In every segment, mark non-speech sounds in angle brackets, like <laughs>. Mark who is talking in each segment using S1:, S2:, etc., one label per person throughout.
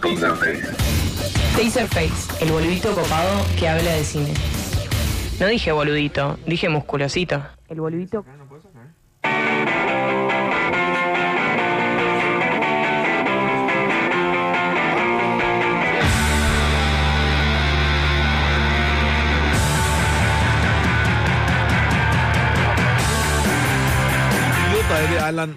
S1: Taserface.
S2: Taserface, el boludito copado que habla de cine. No dije boludito, dije musculosito. El boludito
S3: Idiota eres, Alan.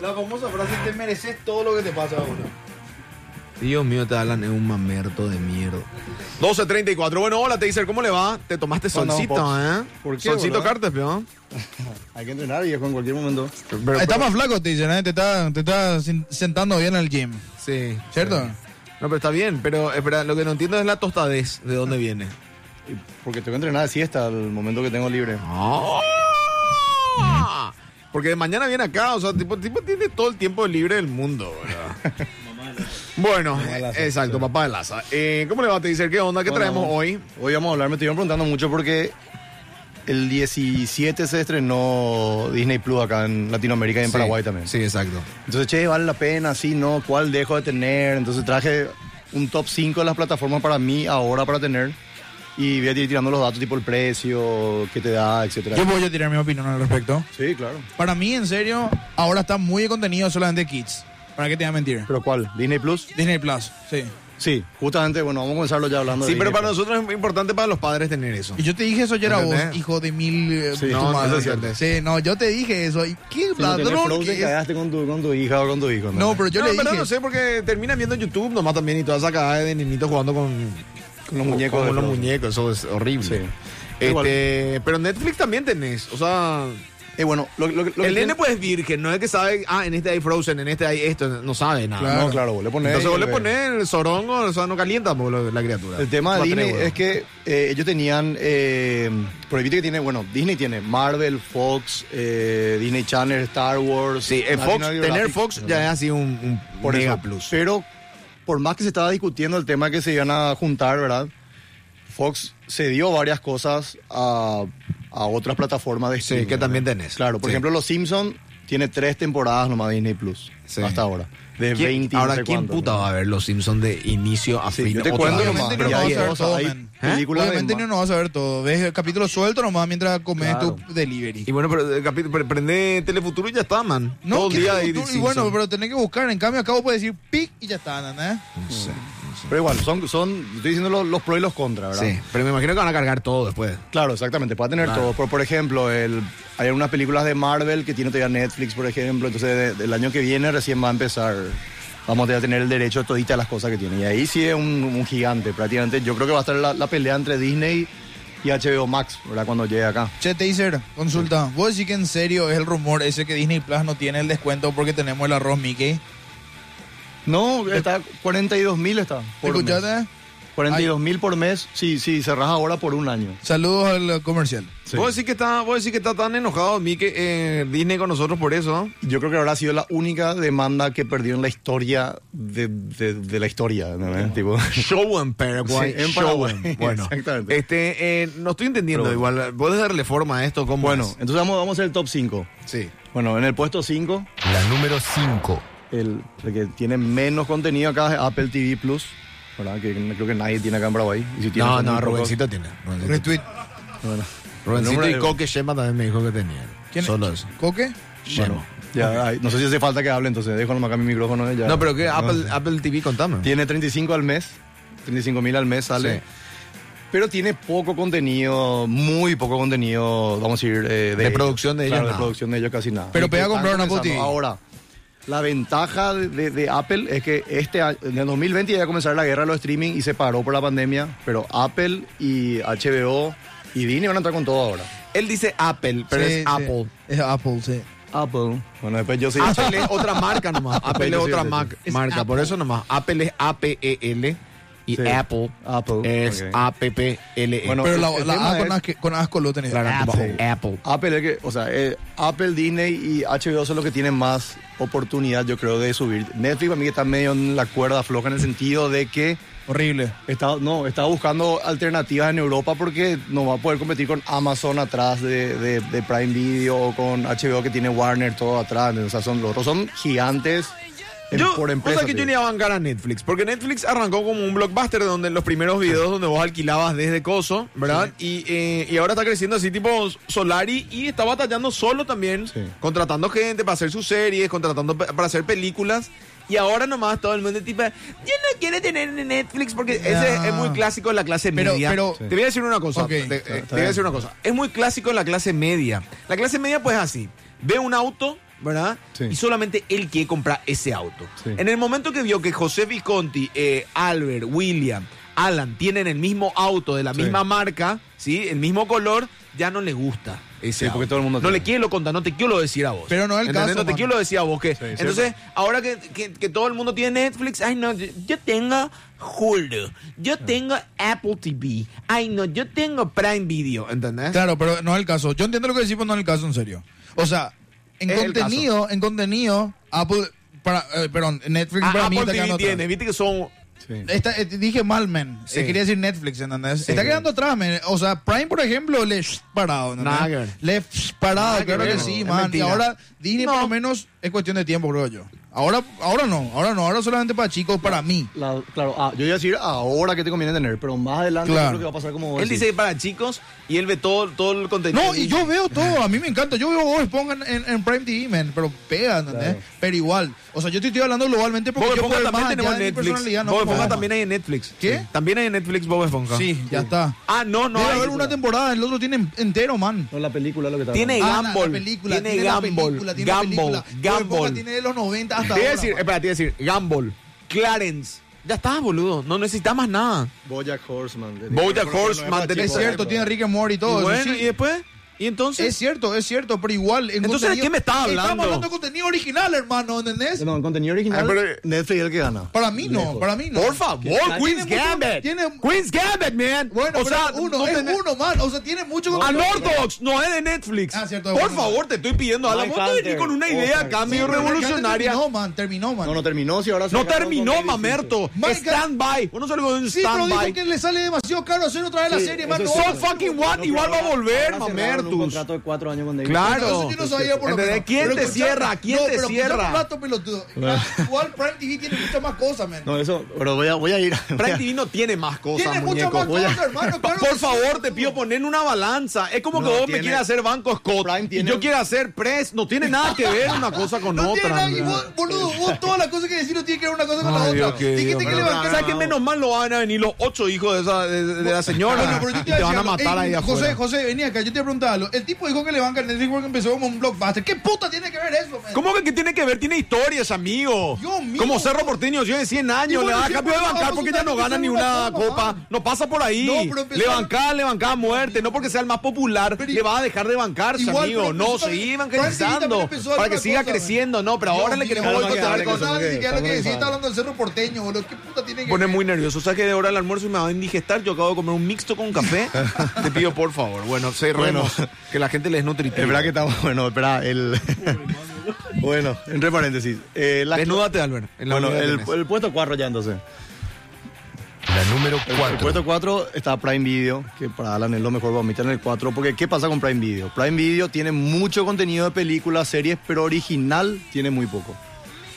S4: La famosa frase, te mereces todo lo que te pasa ahora.
S3: Dios mío, te Alan es un mamerto de mierda. 12.34. Bueno, hola, Taser, ¿cómo le va? Te tomaste
S5: Bueno,
S3: solcito,
S5: Pops.
S3: ¿eh?
S5: ¿Por qué,
S3: solcito
S5: boludo?
S3: Cartes, peón.
S5: Hay que entrenar, viejo, en cualquier momento.
S3: Pero- pero-
S6: Está más flaco, Taser, ¿eh? te está, te está sin- sentando bien al gym.
S3: Sí.
S6: ¿Cierto?
S3: sí. No, pero está bien, pero espera, lo que no entiendo es la tostadez, ¿de
S5: Ah.
S3: dónde viene?
S5: Y Porque tengo que entrenar de siesta el momento que tengo libre.
S3: ¡Ah! Porque mañana viene acá, o sea, tipo, tipo tiene todo el tiempo libre del mundo,
S5: <laughs>
S3: ¿verdad? bueno, eh, exacto, papá de Laza. Eh, ¿Cómo le va a decir qué onda? ¿Qué
S5: Bueno,
S3: traemos hoy?
S5: Hoy vamos a hablar, me estuvieron preguntando mucho porque el 17 se estrenó Disney Plus acá en Latinoamérica y en
S3: Sí,
S5: Paraguay también.
S3: Sí, exacto.
S5: Entonces, che, vale la pena, sí, no, cuál dejo de tener. Entonces traje un top 5 de las plataformas para mí ahora para tener. Y voy a ir tirando los datos, tipo el precio, qué te da, etcétera.
S6: Yo voy a tirar mi opinión al respecto.
S5: Sí, claro.
S6: Para mí, en serio, ahora está muy de contenido solamente kids. ¿Para qué te voy a mentir?
S5: ¿Pero cuál? ¿Disney Plus?
S6: Disney Plus, sí.
S5: Sí, justamente, bueno, vamos a comenzarlo ya hablando de
S3: Sí, pero
S5: Disney
S3: para
S5: Plus.
S3: nosotros es importante para los padres tener eso.
S6: Y yo te dije eso ayer a vos,
S3: ¿Entendés?
S6: hijo de mil... eh,
S5: Sí,
S6: tu
S5: no,
S6: madre.
S3: eso es cierto.
S6: Sí, no, yo te dije eso. ¿Y qué
S5: Si no tenés
S6: ladrón
S5: Frozen,
S6: que es?
S5: cagaste con tu, con tu hija o con tu hijo.
S6: No, pero yo
S3: no,
S6: le
S3: en verdad
S6: dije...
S3: no sé, porque terminan viendo YouTube nomás también y toda esa cagada de nenitos jugando con,
S5: Con los muñecos
S3: Con
S5: de
S3: los
S5: Frozen.
S3: muñecos, eso es horrible.
S5: Sí.
S3: Este, pero Netflix también tenés, o sea...
S5: Eh, bueno, lo, lo- lo que
S3: el
S5: tiene-
S3: nene pues es virgen, no es que sabe, ah, en este hay Frozen, en este hay esto, no sabe nada.
S5: Ah, No, claro, vos le pones.
S3: Entonces vos
S5: y
S3: le
S5: ve.
S3: pones el sorongo, o sea, no calienta po, lo- la criatura.
S5: El tema de
S3: Va a tener
S5: Disney
S3: huevo.
S5: es que eh, ellos tenían. Eh, pero viste que tiene. Bueno, Disney tiene Marvel, Fox, eh, Disney Channel, Star Wars.
S3: Sí, el Fox,
S5: National
S3: tener
S5: Geographic.
S3: Fox ya es así un, un
S5: Por
S3: mega
S5: eso.
S3: plus.
S5: Pero por más que se estaba discutiendo el tema que se iban a juntar, ¿verdad? Fox se dio varias cosas a, a otras plataformas de
S3: Sí,
S5: streaming,
S3: que también
S5: ¿verdad?
S3: tenés.
S5: Claro, por
S3: Sí.
S5: ejemplo, Los Simpsons tiene tres temporadas nomás Disney Plus.
S3: Sí.
S5: Hasta ahora. De
S3: ¿Quién-
S5: 20
S3: ahora,
S5: no sé
S3: ¿quién
S5: cuánto,
S3: puta
S5: ¿no?
S3: va a ver los Simpsons de inicio a
S5: Sí,
S3: fin?
S5: yo te
S3: Otra
S5: cuento
S3: vez
S5: nomás,
S3: más, pero
S6: Obviamente no
S3: ya
S6: vas a
S3: hay-
S6: ver
S5: cosas,
S6: todo,
S5: hay
S6: man.
S5: películas de
S6: Obviamente
S5: ma-
S6: no vas a ver todo. Ves el capítulo suelto nomás mientras comes
S5: Claro.
S6: tu delivery.
S3: Y bueno, pero eh, capi- pre- prende Telefuturo y ya está, man.
S6: no,
S3: Todo el
S6: que
S3: día
S6: tú-
S3: ahí
S6: tú-
S3: de
S6: y bueno,
S3: Simpsons.
S6: pero tenés que buscar. En cambio, acabo puedes decir pic y ya está, ¿entendés?
S3: Mm,
S5: Pero igual, son, son estoy diciendo los, los pros y los contras, ¿verdad?
S3: Sí, pero me imagino que van a cargar todo después.
S5: Claro, exactamente, puede tener todo. Pero, por ejemplo, el, hay algunas películas de Marvel que tiene todavía Netflix, por ejemplo. Entonces, de- del año que viene recién va a empezar. Vamos a tener el derecho a todita las cosas que tiene. Y ahí sí es un, un gigante, prácticamente. Yo creo que va a estar la, la pelea entre Disney y HBO Max, ¿verdad? Cuando llegue acá.
S6: Che, Taser, consulta. ¿Vos decís que en serio es el rumor ese que Disney Plus no tiene el descuento porque tenemos el arroz Mickey?
S5: No, está 42 mil está. Por mes.
S6: ¿Escuchaste?
S5: 42 mil por mes, sí, sí, se raja ahora por un año.
S6: Saludos al comercial.
S5: Sí.
S3: Vos decís que está, vos decís que está tan enojado Mickey, eh, Disney con nosotros por eso, ¿no?
S5: Yo creo que habrá sido la única demanda que perdió en la historia de, de- de la historia. ¿no? ¿Eh? Tipo,
S3: Show en Paraguay.
S5: Sí, en
S3: Show en-
S5: Paraguay,
S3: <laughs> Bueno,
S5: exactamente.
S3: Este, eh, no estoy entendiendo
S5: Pero
S3: igual. ¿Puedes darle forma a esto? ¿Cómo
S5: Bueno,
S3: es?
S5: entonces vamos, vamos a hacer el top 5.
S3: Sí.
S5: Bueno, en el puesto 5,
S7: La número 5.
S5: el, el que tiene menos contenido acá es Apple TV Plus, ¿verdad? Que no- creo que nadie tiene acá en Paraguay. Y si tiene,
S3: No,
S5: son
S3: no,
S5: muy pocos.
S3: Rubéncito tiene. Rubéncito.
S6: Retweet.
S5: Bueno,
S3: Rubéncito
S5: Nombre
S3: y
S5: de-
S3: Coque Shema también me dijo que tenía.
S6: ¿Quién es?
S3: Solo eso.
S6: ¿Coque?
S3: Shema.
S5: ya, ay, no sé si hace falta que hable, entonces dejo nomás acá mi micrófono. eh, ya.
S3: No, pero que Apple, Apple TV, contame.
S5: Tiene 35 al mes, 35 mil al mes sale.
S3: Sí.
S5: Pero tiene poco contenido, muy poco contenido, vamos a decir, eh,
S3: De producción de
S5: Claro,
S3: ellos,
S5: de
S3: nada.
S5: producción de ellos casi nada.
S6: Pero
S5: Y
S6: pega
S5: que
S6: comprar
S5: están
S6: una Apple
S5: comenzando.
S6: TV.
S5: Ahora, la ventaja de, de- de Apple es que este año, en el 2020 ya iba a comenzar la guerra de los streaming y se paró por la pandemia, pero Apple y HBO y Disney van a entrar con todo ahora.
S3: Él dice Apple, pero
S6: Sí,
S3: es
S6: sí.
S3: Apple.
S6: Es Apple, sí.
S5: Apple. Bueno, después yo soy...
S3: Apple es otra marca nomás. Apple es
S5: Sí,
S3: otra
S5: sí,
S3: ma-
S5: sí.
S6: Es
S3: marca. Por
S6: Apple.
S3: eso nomás. Apple es A-P-E-L y
S5: Sí.
S3: Apple,
S5: Apple,
S3: es
S5: ok.
S3: A-P-P-L-E.
S5: Bueno,
S6: Pero
S5: el-
S6: la,
S5: el
S6: la
S5: tema
S6: A con,
S5: es-
S6: asque- con asco lo tenés.
S3: Claro, tipo,
S5: Apple.
S3: Apple.
S5: Apple, es que, o sea, eh, Apple, Disney y HBO son los que tienen más oportunidad, yo creo, de subir. Netflix para mí que está medio en la cuerda floja en el sentido de que
S6: Horrible.
S3: ¿Eh?
S5: está, no, está buscando alternativas en Europa porque no va a poder competir con Amazon atrás de, de- de Prime Video o con HBO que tiene Warner todo atrás. O sea, son, los otros son gigantes en-
S3: Yo,
S5: por
S3: O
S5: empresas.
S3: sea que yo
S5: digo.
S3: ni iba a bancar a Netflix, porque Netflix arrancó como un blockbuster donde los primeros videos donde vos alquilabas desde Coso, ¿verdad? Y, eh, y ahora está creciendo así tipo Solari y está batallando solo también,
S5: Sí.
S3: contratando gente para hacer sus series, contratando pe- para hacer películas. Y ahora nomás todo el mundo tipo, yo no quiero tener Netflix porque ese
S6: No.
S3: es muy clásico en la clase
S6: Pero-
S3: media.
S6: pero-
S3: te voy a decir una cosa,
S6: Ok.
S3: te- eh, te
S5: está
S3: voy a
S5: bien.
S3: decir una cosa. Es muy clásico en la clase media. La clase media pues es así, ve un auto, ¿verdad?
S5: Sí.
S3: Y solamente él quiere comprar ese auto.
S5: Sí.
S3: En el momento que vio que José Visconti, eh, Albert, William, Alan tienen el mismo auto de la
S5: Sí.
S3: misma marca, ¿sí? el mismo color, ya no le gusta ese
S5: Sí, porque
S3: auto.
S5: todo el mundo
S3: No
S5: tiene.
S3: le quiero lo contar, no te quiero decir a vos.
S6: Pero no es el
S3: ¿Entendés?
S6: caso,
S3: No te
S6: mano.
S3: quiero decir a vos que.
S5: Sí,
S3: Entonces, ahora que, que- que todo el mundo tiene Netflix, ay no, yo, yo tengo Hulu, yo tengo Apple TV, ay no, yo tengo Prime Video, ¿entendés?
S6: Claro, pero no es el caso. Yo entiendo lo que decís, pero no es el caso, en serio. O sea, en
S3: Es el
S6: contenido, en contenido, Apple, para, eh, perdón, Netflix
S3: Ah,
S6: para
S3: Apple
S6: mí está
S3: TV
S6: quedando atrás.
S3: tiene, viste que son
S5: Sí.
S6: Está- eh, dije mal, men. Se
S3: Sí.
S6: quería decir Netflix, ¿entendés?
S3: Sí.
S6: Está quedando atrás, men. O sea, Prime, por ejemplo, le he parado, ¿entendés?
S3: Nada que ver.
S6: Le he parado,
S3: Nada que
S6: claro que,
S3: ver,
S6: sí,
S3: es
S6: man.
S3: mentira.
S6: Y ahora Disney,
S3: No.
S6: por lo menos, es cuestión de tiempo, creo yo. Ahora, ahora no, ahora no. Ahora solamente para chicos, para mí.
S5: La- claro, ah, yo iba a decir ahora que te conviene tener, pero más adelante yo
S6: Claro.
S5: creo que va a pasar como vos
S3: Él
S5: decís.
S3: dice para chicos y él ve todo, todo el contenido.
S6: No, y yo veo todo, a mí me encanta. Yo veo Bob pongan en, en Prime TV, man, pero pega, ¿entendés?
S5: Claro.
S6: Pero igual. O sea, yo te estoy hablando globalmente porque
S3: Bob
S6: yo
S3: Esponja
S6: por
S3: también
S6: más allá
S3: tenemos
S6: de mi
S3: Netflix.
S6: personalidad no
S3: Bob
S6: puedo.
S3: Esponja también hay en Netflix.
S6: ¿Qué?
S3: Sí, También hay en Netflix Bob Esponja.
S6: Sí, ya está.
S3: Ah, no, no.
S6: Debe
S3: hay.
S6: haber una temporada, el otro tiene entero, man.
S5: No la película lo que está
S3: Tiene
S6: Ah, la- la
S3: Gumball.
S6: película,
S3: tiene
S6: la
S3: Gumball.
S6: película, tiene la
S3: Gumball.
S6: película. Bob Esponja
S3: Gumball.
S6: tiene de los 90 hasta
S3: Te iba a
S6: ahora,
S3: decir,
S6: man.
S3: espera, te iba a decir, Gumball, Clarence. Ya está, boludo. No necesitas más nada.
S5: Bojack Horseman.
S3: Bojack Horseman,
S5: de
S3: tenés
S6: es cierto, tiene Rick and Morty y
S3: Y
S6: todo. eso
S3: bueno,
S6: sí.
S3: y después. Y entonces.
S6: Es cierto, es cierto, pero igual. en
S3: Entonces, ¿de qué me estás hablando?
S6: Estamos hablando de contenido original, hermano, ¿entendés?
S5: No, en contenido original,
S3: Ah, pero-
S5: Netflix es el que gana.
S6: Para mí no,
S5: Lejos.
S6: para mí no.
S3: Por favor,
S6: Tiene
S3: Queen's
S6: mucho-
S3: Gambit.
S6: tiene-
S3: Queen's Gambit, man.
S6: Bueno,
S3: o
S6: pero
S3: sea,
S6: es uno,
S3: no
S6: es
S3: tenés-
S6: uno, man. O sea, tiene mucho
S3: Unorthodox, no es de Netflix.
S6: Ah, cierto,
S3: Por
S6: bueno.
S3: favor, te estoy pidiendo, Alan, vos te venís
S5: Hunter,
S3: con una idea
S5: Oscar.
S3: acá
S6: Sí,
S3: medio
S6: pero Mike Hunter
S3: revolucionaria.
S6: Terminó, man, terminó, man.
S5: No, no terminó, si ahora se
S3: No
S5: acabó
S3: terminó,
S5: 2017.
S3: mamerto.
S6: Mike-
S3: Stand by. Uno salió con un
S6: sí, pero
S3: stand
S6: dijo
S3: by.
S6: que le sale demasiado caro hacer otra vez la
S5: Sí,
S6: serie,
S5: eso
S6: man.
S5: es
S6: No,
S3: So
S5: cierto.
S6: man.
S3: fucking what,
S5: No,
S3: igual va a
S5: ahora-
S3: volver,
S5: ahora cerraron
S3: mamertus.
S5: Un contrato de cuatro años con David
S3: Claro.
S6: Eso yo no sabía por lo
S3: ¿Entendés?
S6: menos.
S3: ¿Quién
S6: Pero
S3: te
S6: escuchame,
S3: cierra? ¿Quién
S6: no,
S3: te
S6: pero escuchame
S3: cierra?
S6: un rato, pelotudo. Igual Prime TV tiene muchas más cosas, man.
S5: No, eso, pero voy a, voy a ir. voy
S3: Prime
S5: a-
S3: TV no tiene más cosas,
S6: tiene muchas
S3: muñeco.
S6: más
S5: voy a-
S6: cosas, hermano. claro que
S3: Por
S6: sí,
S3: favor, te
S6: pelotudo.
S3: pido poner una balanza. Es como
S5: No,
S3: que vos me
S5: tiene-
S3: quieras hacer banco Scott
S5: Prime
S3: y
S5: tiene-
S3: yo quiero hacer press. No tiene nada que ver una cosa con
S6: No tiene
S3: otra.
S6: nada, y vos, boludo,
S3: <laughs>
S6: vos todas las cosas que decís no tiene que ver una cosa con
S3: Ay,
S6: la
S3: Dios,
S6: otra.
S3: qué
S6: Dijiste
S3: Dios,
S6: que le
S3: pero-
S6: bancaron.
S3: ¿Sabes qué? menos mal lo van a venir los ocho hijos de, esa, de, de la señora?
S6: Bueno, pero yo te,
S3: y
S6: iba
S3: te
S6: a
S3: van a
S6: decir algo.
S3: matar ahí
S6: Ey,
S3: afuera.
S6: José, José, vení acá, yo te voy a preguntar algo. El tipo dijo que le banca el Netflix porque empezó como un blockbuster. ¿Qué puta tiene que ver eso, man?
S3: ¿Cómo que qué tiene que ver? Tiene historias, amigo.
S6: Dios mío.
S3: Como Cerro Porteño, yo de 100 años,
S6: Y bueno,
S3: le da
S6: siempre
S3: cambio de
S6: vamos
S3: bancar porque ya no
S6: buscando
S3: gana
S6: que
S3: ni
S6: sea
S3: una
S6: una
S3: copa.
S6: copa,
S3: No pasa por ahí.
S6: No, pero empezó-
S3: le bancar, le bancar a muerte. No porque sea el más popular,
S6: Pero-
S3: le va a dejar de bancarse,
S6: Igual,
S3: amigo.
S6: pero
S3: No,
S6: empezó
S3: seguí
S6: también- Prime
S3: evangelizando
S6: TV empezó a
S3: para
S6: hacer
S3: que
S6: una
S3: siga
S6: cosa,
S3: creciendo. No, pero
S6: Dios
S3: ahora le
S6: mío,
S3: queremos
S6: no,
S5: Calma,
S3: boicotear
S5: calma,
S3: con
S5: calma.
S6: no,
S5: que-
S6: ni siquiera lo que
S5: calma,
S6: decía,
S5: calma.
S6: está hablando del cerro porteño, boludo. ¿Qué puta tiene
S3: Me
S6: que
S3: pone
S6: ver?
S3: muy nervioso. ¿Sabes que de hora el almuerzo y me va a indigestar? Yo acabo de comer un mixto con café. <laughs> Te pido por favor. Bueno, cerremos.
S5: Bueno.
S3: Que la gente les
S5: Es verdad
S3: nutritiva.
S5: que estamos. <laughs> Bueno, espera, el. bueno, entre paréntesis. eh, la-
S3: Desnúdate, Albert. en la
S5: bueno,
S3: unidad
S5: el,
S3: tenés.
S5: el puesto 4 ya entonces.
S1: La número
S5: El
S1: 4.
S5: puesto 4 está Prime Video, que para Alan es lo mejor para omitir en el 4, porque ¿qué pasa con Prime Video? Prime Video tiene mucho contenido de películas, series, pero original tiene muy poco.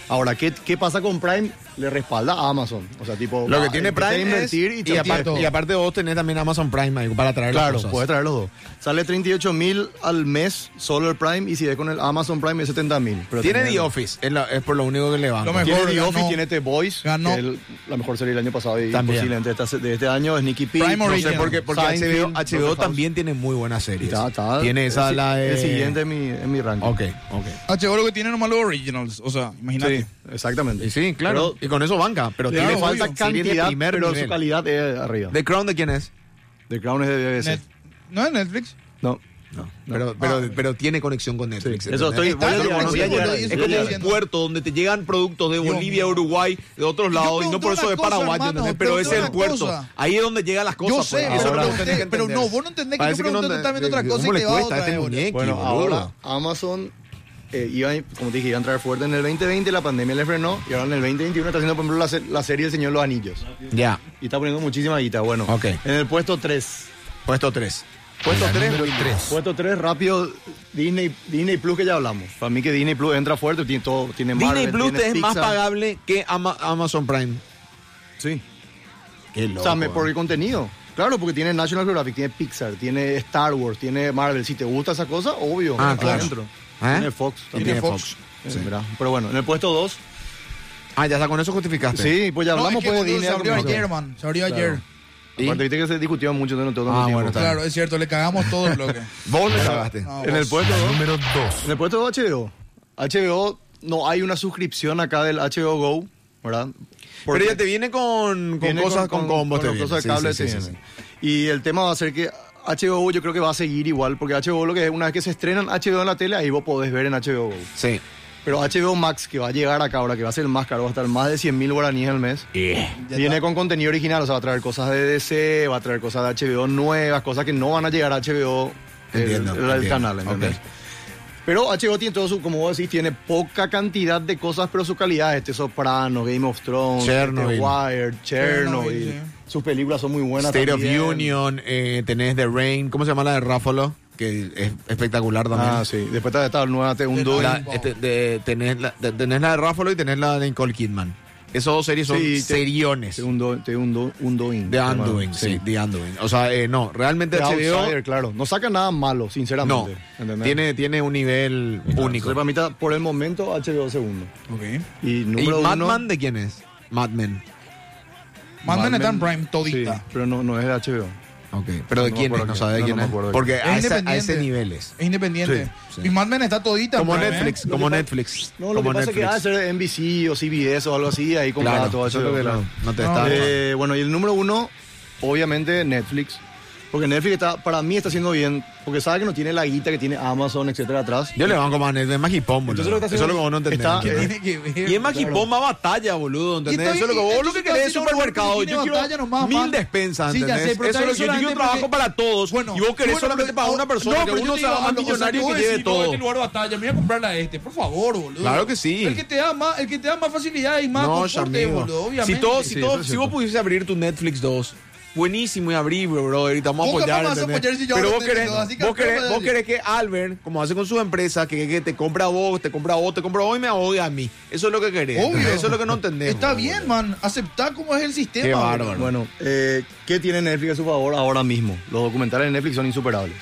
S5: Ahora, ¿qué, qué pasa con Prime? Le respalda a Amazon. O sea, tipo,
S3: Lo que
S5: va,
S3: tiene
S5: empieza a
S3: Prime
S5: invertir
S3: es-
S5: y
S3: y,
S5: te
S3: aparte,
S5: atiende.
S3: y aparte vos tenés también Amazon Prime ahí para traer
S5: Claro,
S3: las cosas.
S5: puedes traer los dos. Sale 38 mil al mes solo el Prime y si ves con el Amazon Prime es 70 mil.
S3: Tiene The Office, es, la- es por lo único que le va.
S6: Lo mejor.
S5: Tiene The
S6: ganó.
S5: Office, tiene The Voice,
S6: Ganó.
S5: que es el- la mejor serie del año pasado y
S3: También.
S5: posiblemente de esta- de este año, es Nicky P.
S6: Prime
S5: no sé
S6: Original.
S5: por qué,
S3: Porque, porque
S5: Seinfeld,
S3: HBO, HBO
S5: Doctor House.
S3: también tiene muy buenas series.
S5: Está, está.
S3: Tiene esa,
S5: el,
S3: la de...
S5: El siguiente en mi, en mi ranking.
S3: Ok, ok.
S6: HBO lo que tiene nomás los originals, o sea, imagínate.
S5: Sí, exactamente.
S3: Y sí, claro. y con eso banca, pero
S5: Pero
S3: tiene
S5: le falta
S3: obvio, serie de
S5: cantidad,
S3: primer
S5: pero
S3: nivel.
S5: su calidad es arriba.
S3: ¿The Crown de quién es?
S5: The Crown es de BBC.
S6: Net- ¿No es Netflix?
S5: No.
S3: Pero, pero, pero tiene conexión con Netflix.
S5: Sí, Ah. eso
S3: ¿entendés?
S5: estoy- voy a
S3: Eso lo
S5: llegar, voy a
S3: conocí.
S5: llegar,
S3: Es
S5: voy a
S3: como un
S6: llegar.
S3: puerto donde te llegan productos de
S6: Dios
S3: Bolivia,
S6: mío.
S3: Uruguay, de otros lados, y no
S6: pregunté
S3: por eso
S6: una
S3: de
S6: cosa,
S3: Paraguay,
S6: hermano,
S3: ¿entendés? pero
S6: pregunté
S3: ese es el
S6: una
S3: puerto.
S6: cosa.
S3: Ahí es donde llegan las cosas.
S6: Yo sé,
S3: pues.
S6: pero,
S3: Ahora
S5: lo
S3: vos tenés
S6: pregunté,
S3: que
S6: pero
S3: entender.
S6: no, vos no entendés que
S3: Parece
S6: yo pregunté,
S3: no-
S6: tú estás viendo otra cosa
S3: ¿Cómo
S6: y
S3: le
S6: te va a
S3: cuesta a
S6: otra
S3: este
S6: vez, boludo.
S3: muñeco,
S5: Bueno,
S3: boludo?
S5: ahora Amazon, eh, iba, como te dije, iba a entrar fuerte en el 2020, la pandemia le frenó y ahora en el 2021 está haciendo, por ejemplo, la, se- la serie El Señor de los Anillos.
S3: Ya,
S5: Y está poniendo muchísima guita. Bueno,
S3: Ok.
S5: en el puesto 3,
S3: puesto 3.
S5: Puesto
S1: La
S5: 3,
S1: número tres.
S5: Puesto 3, rápido, Disney, Disney Plus que ya hablamos. Para mí que Disney Plus entra fuerte, tiene todo, tiene
S3: Disney
S5: Marvel,
S3: Plus
S5: tiene
S3: te es más
S5: Pixar.
S3: pagable que Ama- Amazon Prime.
S5: Sí.
S1: Qué
S5: O
S1: loco.
S5: sea, me- por
S3: eh.
S5: el contenido. Claro, porque tiene National Geographic, tiene Pixar, tiene Star Wars, tiene Marvel. Si te gusta esa cosa, obvio.
S3: Ah,
S5: está
S3: claro.
S5: adentro.
S3: ¿Eh?
S5: Tiene Fox
S3: Y
S5: también.
S3: tiene Fox.
S5: Eh, verá. Pero bueno, en el puesto 2.
S3: Ah, ya está, con eso justificaste.
S5: Sí, pues ya
S6: No,
S5: hablamos
S6: es que
S5: pues,
S6: se-
S5: Disney.
S6: se abrió
S5: como-
S6: ayer, man. Se abrió ayer.
S3: ¿Y?
S5: Aparte, viste que se discutió mucho de nosotros.
S3: Ah,
S5: tiempo.
S3: bueno, está.
S6: Claro, es cierto, le cagamos todo el
S3: <laughs>
S6: bloque.
S3: Vos le pagaste.
S6: No,
S5: En el
S6: vos-
S5: puesto 2.
S1: Número 2.
S5: En el puesto 2, HBO. HBO, no hay una suscripción acá del HBO Go, ¿verdad?
S3: Pero
S5: Porque-
S3: ya te viene con, con
S5: Viene
S3: cosas, con, combos.
S5: con
S3: te
S5: las
S3: viene.
S5: cosas de
S3: Sí,
S5: cable
S3: sí,
S5: te
S3: sí, sí,
S5: vienen. Y el tema va a ser que HBO yo creo que va a seguir igual, porque HBO lo que es, una vez que se estrenan HBO en la tele, ahí vos podés ver en HBO.
S3: sí. Sí.
S5: Pero HBO Max, que va a llegar acá ahora, que va a ser el más caro, va a estar más de 100 mil guaraníes al mes. Viene con contenido original, o sea, va a traer cosas de DC, va a traer cosas de HBO nuevas, cosas que no van a llegar a HBO el-
S1: Entiendo,
S5: eh, el,
S1: entiendo.
S5: canal, ¿entendés?
S1: Ok.
S5: Pero HBO tiene todo su, como vos decís, tiene poca cantidad de cosas, pero su calidad, este Soprano, Game of Thrones,
S3: Chernobyl.
S5: The Wire, Chernobyl,
S6: Chernobyl, sí.
S5: sus películas son muy buenas
S3: State
S5: también.
S3: of Union, eh, tenés The Rain, ¿cómo se llama la de Ráfalo? Que es espectacular también.
S5: Ah, sí. Después está esta nueva, te- un dude.
S3: La- este, de- tenés, la, de- tenés la de Ráfalo y tenés la de Nicole Kidman. Esas dos series son
S5: Sí, te-
S3: seriones.
S5: te- un do- te- un do- un doing.
S3: The
S5: se llama.
S3: Undoing, sí.
S5: Sí.
S3: The Undoing. O sea, eh, no, realmente
S5: The
S3: HBO
S5: Outsider, claro. No saca nada malo,
S3: no,
S5: sinceramente. ¿entendés?
S3: tiene, tiene un nivel único.
S5: Entonces, para mí está, por el momento, HBO segundo.
S6: Ok.
S5: Y
S3: ¿Y
S5: número uno...
S3: Madman de quién es? Madman.
S6: Manden está en
S5: Batman-
S6: Prime todita.
S5: Sí, pero no, no es de HBO.
S3: Ok, pero ¿de
S5: No me
S3: quién es?
S5: acuerdo
S3: No
S5: quién.
S3: sabe de
S5: No,
S3: quién
S5: no me
S3: es.
S5: acuerdo
S3: Porque
S5: quién.
S3: a,
S6: Es
S3: ese- a
S6: independiente.
S3: ese nivel es.
S6: Es independiente.
S3: Sí, sí.
S6: Y Mad Men está todita. en
S3: Como
S6: Prime, ¿eh?
S3: Netflix,
S5: Lo
S3: como
S5: que pasa-
S3: Netflix.
S5: No, lo
S3: como
S5: que pasa es que va a
S3: Netflix.
S5: ser NBC o CBS o algo así, ahí compra
S3: Claro,
S5: todo
S3: eso
S5: HBO.
S3: es lo que
S5: claro.
S3: no- no te
S6: No,
S3: está-
S5: Eh, bueno, y el número uno, obviamente, Netflix. Porque Netflix está, para mí está haciendo bien, porque sabe que no tiene la guita que tiene Amazon, etcétera, atrás.
S3: Yo le banco más a Netflix, es Magipom, boludo.
S5: Entonces lo que
S3: Eso
S5: está
S3: es lo
S5: haciendo-
S3: que vos no entendés.
S5: está-
S6: ¿Qué
S3: ¿entiendes?
S6: tiene que ver?
S3: Y es Magipom más batalla, boludo, ¿entendés?
S6: Y estoy-
S3: eso es lo que vos lo que
S6: estoy
S3: querés es
S6: haciendo una
S3: supermercado.
S6: tiene
S3: Yo
S6: batalla
S3: quiero
S6: nomás,
S3: mil
S6: man.
S3: despensas,
S6: Sí, ya
S3: ¿entendés?
S6: sé, pero
S3: eso es
S6: está
S3: lo que yo
S6: solamente
S3: quiero trabajo
S6: porque-
S3: para todos.
S6: Bueno,
S3: y vos querés
S6: bueno,
S3: solamente
S6: pero-
S3: para una
S6: no,
S3: persona,
S6: pero
S3: que
S6: yo
S3: uno
S6: te
S3: sea
S6: digo
S3: más
S6: algo, o sea,
S3: millonario
S6: yo
S3: que
S6: voy a
S3: lleve
S6: decir, no,
S3: todo.
S6: este lugar batalla, me voy a comprar la de este, por favor, boludo.
S3: Claro que sí.
S6: El que te da más, el que te da más facilidad y más
S3: No,
S6: conforte,
S3: Charmigo.
S6: boludo, obviamente.
S3: Si, todo,
S5: Sí,
S3: si,
S5: sí,
S3: todo-
S5: eso es
S3: si vos
S5: cierto.
S3: pudiese abrir tu Netflix 2, buenísimo y abrir, bro, bro ahorita vamos a
S6: Vos
S3: apoyar.
S6: capaz vas a
S3: ¿entendés?
S6: apoyar si yo
S3: Pero
S6: abro
S3: vos
S6: Netflix
S3: querés,
S6: 2, así que
S3: vos,
S6: capaz
S3: querés,
S6: de
S3: vos
S6: decir.
S3: querés que Albert, como hace con sus empresas, que, que te compra a vos, te compra a vos, te compra a vos y me odia a mí. Eso es lo que querés.
S6: Obvio.
S3: Eso es lo que no entendés.
S6: Está
S3: bro,
S6: bien,
S3: bro.
S6: man. Aceptá cómo es el sistema.
S3: Qué
S6: boludo.
S3: bárbaro.
S5: Bueno, eh, ¿qué tiene Netflix a su favor ahora mismo? Los documentales de Netflix son insuperables.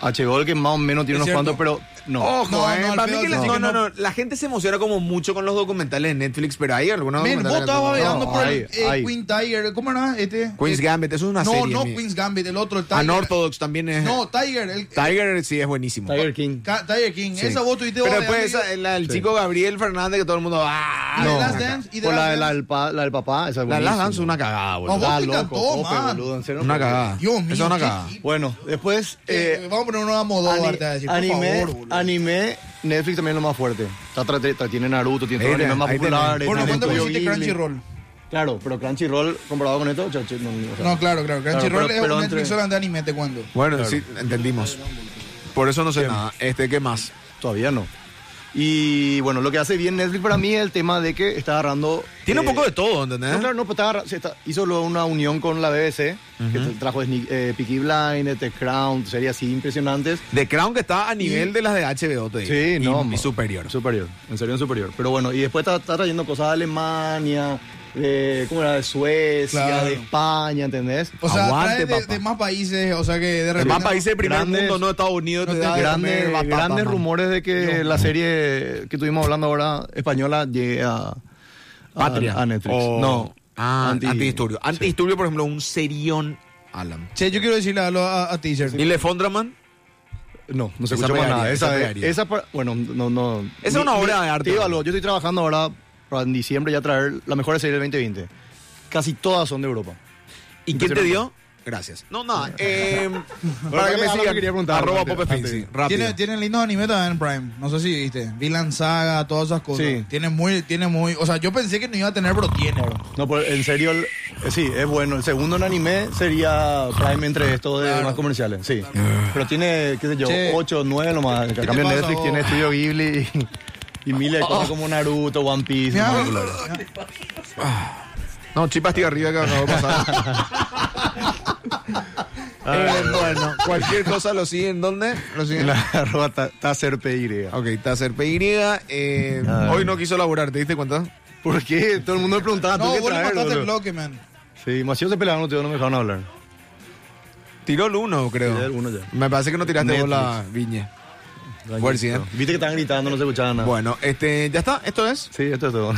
S5: HBO el que más o menos tiene
S6: Es
S5: unos
S6: cierto.
S5: cuantos, pero no.
S3: Ojo,
S6: No,
S3: eh.
S6: no, al
S3: para mí
S6: pedo
S3: que
S6: no.
S3: la- no, no, no. La gente se emociona como mucho con los documentales de Netflix, pero hay algunos
S6: Men, vos
S3: documentales.
S6: estabas
S3: que no-
S6: bailando por
S5: ahí,
S6: el eh,
S5: ahí.
S6: Queen Tiger. ¿Cómo era este?
S3: Queen's
S6: Eh,
S3: Gambit, eso es una
S6: no,
S3: serie.
S6: No,
S3: mi- Ah,
S6: Queen's Gambit, el otro, el Tiger.
S3: Unorthodox también es.
S6: No, Tiger. El,
S3: Tiger sí es buenísimo.
S5: Tiger King.
S6: Ca- Tiger King.
S3: Sí.
S6: Esa vos tuviste
S3: Pero pues, eh,
S6: vos
S3: después
S6: bailando
S3: esa, la del chico Gabriel Fernández que todo el mundo. ¡Ah!
S6: y- y
S3: no.
S6: The Last Dance. Y The
S5: O la,
S6: Last
S5: la
S6: Dance.
S5: del pa- la del papá, esa es
S3: La Last
S5: buenísima.
S3: Dance es una cagada,
S6: Ah,
S3: boludo.
S6: vos
S5: Ah,
S6: te
S5: loco,
S6: encantó,
S5: Ope,
S6: man.
S5: boludo, en serio.
S3: Una cagada.
S6: Dios
S3: Esa
S6: mío,
S3: es una
S6: qué-
S3: cagada.
S5: Bueno, después...
S6: Eh,
S5: eh,
S6: vamos a poner una
S5: Ani-
S6: Modóvar, te va a decir, por
S5: anime,
S6: favor, boludo.
S5: anime, Netflix también es lo más fuerte. Está tra- tra- tiene Naruto, tiene
S3: Ahí
S5: todos
S3: tenés,
S5: los animes más
S3: ahí tenés.
S5: populares.
S6: Bueno,
S5: tiene
S6: ¿cuánto
S5: Studio
S6: pusiste
S5: Ghibli.
S6: Crunchyroll?
S5: Claro, pero Crunchyroll comparado con esto, chachi, no, o sea,
S6: No, claro, claro. Crunchyroll
S5: pero-
S6: es
S5: pero
S6: un
S5: entre-
S6: Netflix solamente de anime, te cuento.
S3: Bueno, sí, entendimos. Por eso no sé nada. Este, ¿qué más?
S5: todavía no. Y bueno, lo que hace bien Netflix para mí es el tema de que está agarrando.
S3: Tiene un
S5: eh,
S3: poco de todo, ¿entendés?
S5: No, claro, no, pero está agarra- se está- hizo luego una unión con la BBC, que te- trajo Sne- eh, Peaky Blind, The Crown, series así impresionantes.
S3: The Crown que está a nivel de las de HBO, te digo.
S5: Sí,
S3: Y-
S5: no.
S3: Y
S5: mo-
S3: superior.
S5: Superior, en serio, en superior. Pero bueno, y después está, está trayendo cosas de Alemania, de, ¿cómo era? De Suecia,
S6: Claro.
S5: de España, ¿entendés?
S6: O sea,
S3: Aguante,
S6: trae de,
S3: papá.
S6: de más países, o sea que de repente...
S3: Más países de primer
S5: Grandes-
S3: mundo, no Estados Unidos.
S6: No
S3: te
S6: te-
S3: da de
S5: grandes,
S3: comer batata,
S5: grandes
S3: man.
S5: rumores de que la serie que estuvimos hablando ahora, española, llegue a, a-
S3: Patria.
S5: a, Netflix.
S3: O-
S5: No.
S3: Ah,
S5: anti-
S3: antidisturbio. Antidisturbio, por ejemplo, un serión Alan.
S6: Che, yo quiero decirle algo a, a ti, Sergio.
S3: ¿Y Le Fondraman?
S5: No, no se
S3: Esa
S5: escucha más
S3: pegaría,
S5: nada.
S3: esa
S5: Esa,
S3: pegaría.
S5: esa pa- bueno, no, no.
S3: Esa es una obra de arte.
S5: te digo algo, yo estoy trabajando ahora para en diciembre ya traer la mejor serie del 2020. Casi todas son de Europa.
S3: ¿Y quién te dio? Gracias. No, nada. eh, <laughs> para
S5: Bueno,
S3: que me
S5: algo
S3: sigan.
S5: que quería preguntar, Ah,
S3: Arroba
S5: antes,
S3: Pope
S5: antes.
S3: Finzi, rápido.
S6: Tiene, tienen lindos animes también en Prime. No sé si viste. Villain Saga, todas esas cosas.
S5: Sí.
S6: Tiene muy, tiene muy. O sea, yo pensé que no iba a tener, pero tiene, bro.
S5: No, pero en serio, el- eh, sí, es bueno. El segundo en anime sería Prime entre estos de más comerciales, sí. Pero tiene, qué sé yo,
S6: Che.
S5: 8, 9 nomás. En cambio,
S6: pasa,
S5: Netflix
S6: vos? Oh.
S5: tiene Studio Ghibli y, y miles de cosas como Naruto, One Piece.
S6: Mira,
S5: nomás.
S6: Ah,
S5: <laughs>
S3: No, chipas tío arriba que acabo de pasar. <laughs> Eh, bueno, cualquier cosa lo siguen ¿dónde? Lo siguen.
S5: En <laughs> la arroba ta- taserpy.
S3: Ok, Taser PY. Eh,
S5: Ay.
S3: hoy no quiso laburar, ¿te diste cuenta?
S5: ¿Por qué? Todo el mundo me preguntaba, ¿tú
S6: No,
S5: qué
S6: vos le
S5: traer,
S6: mataste el
S5: boludo?
S6: bloque, man.
S5: Sí, demasiado se pelearon ustedes, no me dejaron hablar.
S3: Tiró el uno, creo.
S5: Tiré el uno ya.
S3: Me parece que no tiraste vos la viña. Fuerza, ¿eh?
S5: Viste que estaban gritando, no se escuchaba nada.
S3: Bueno, este, ya está, esto es.
S5: Sí, esto es todo.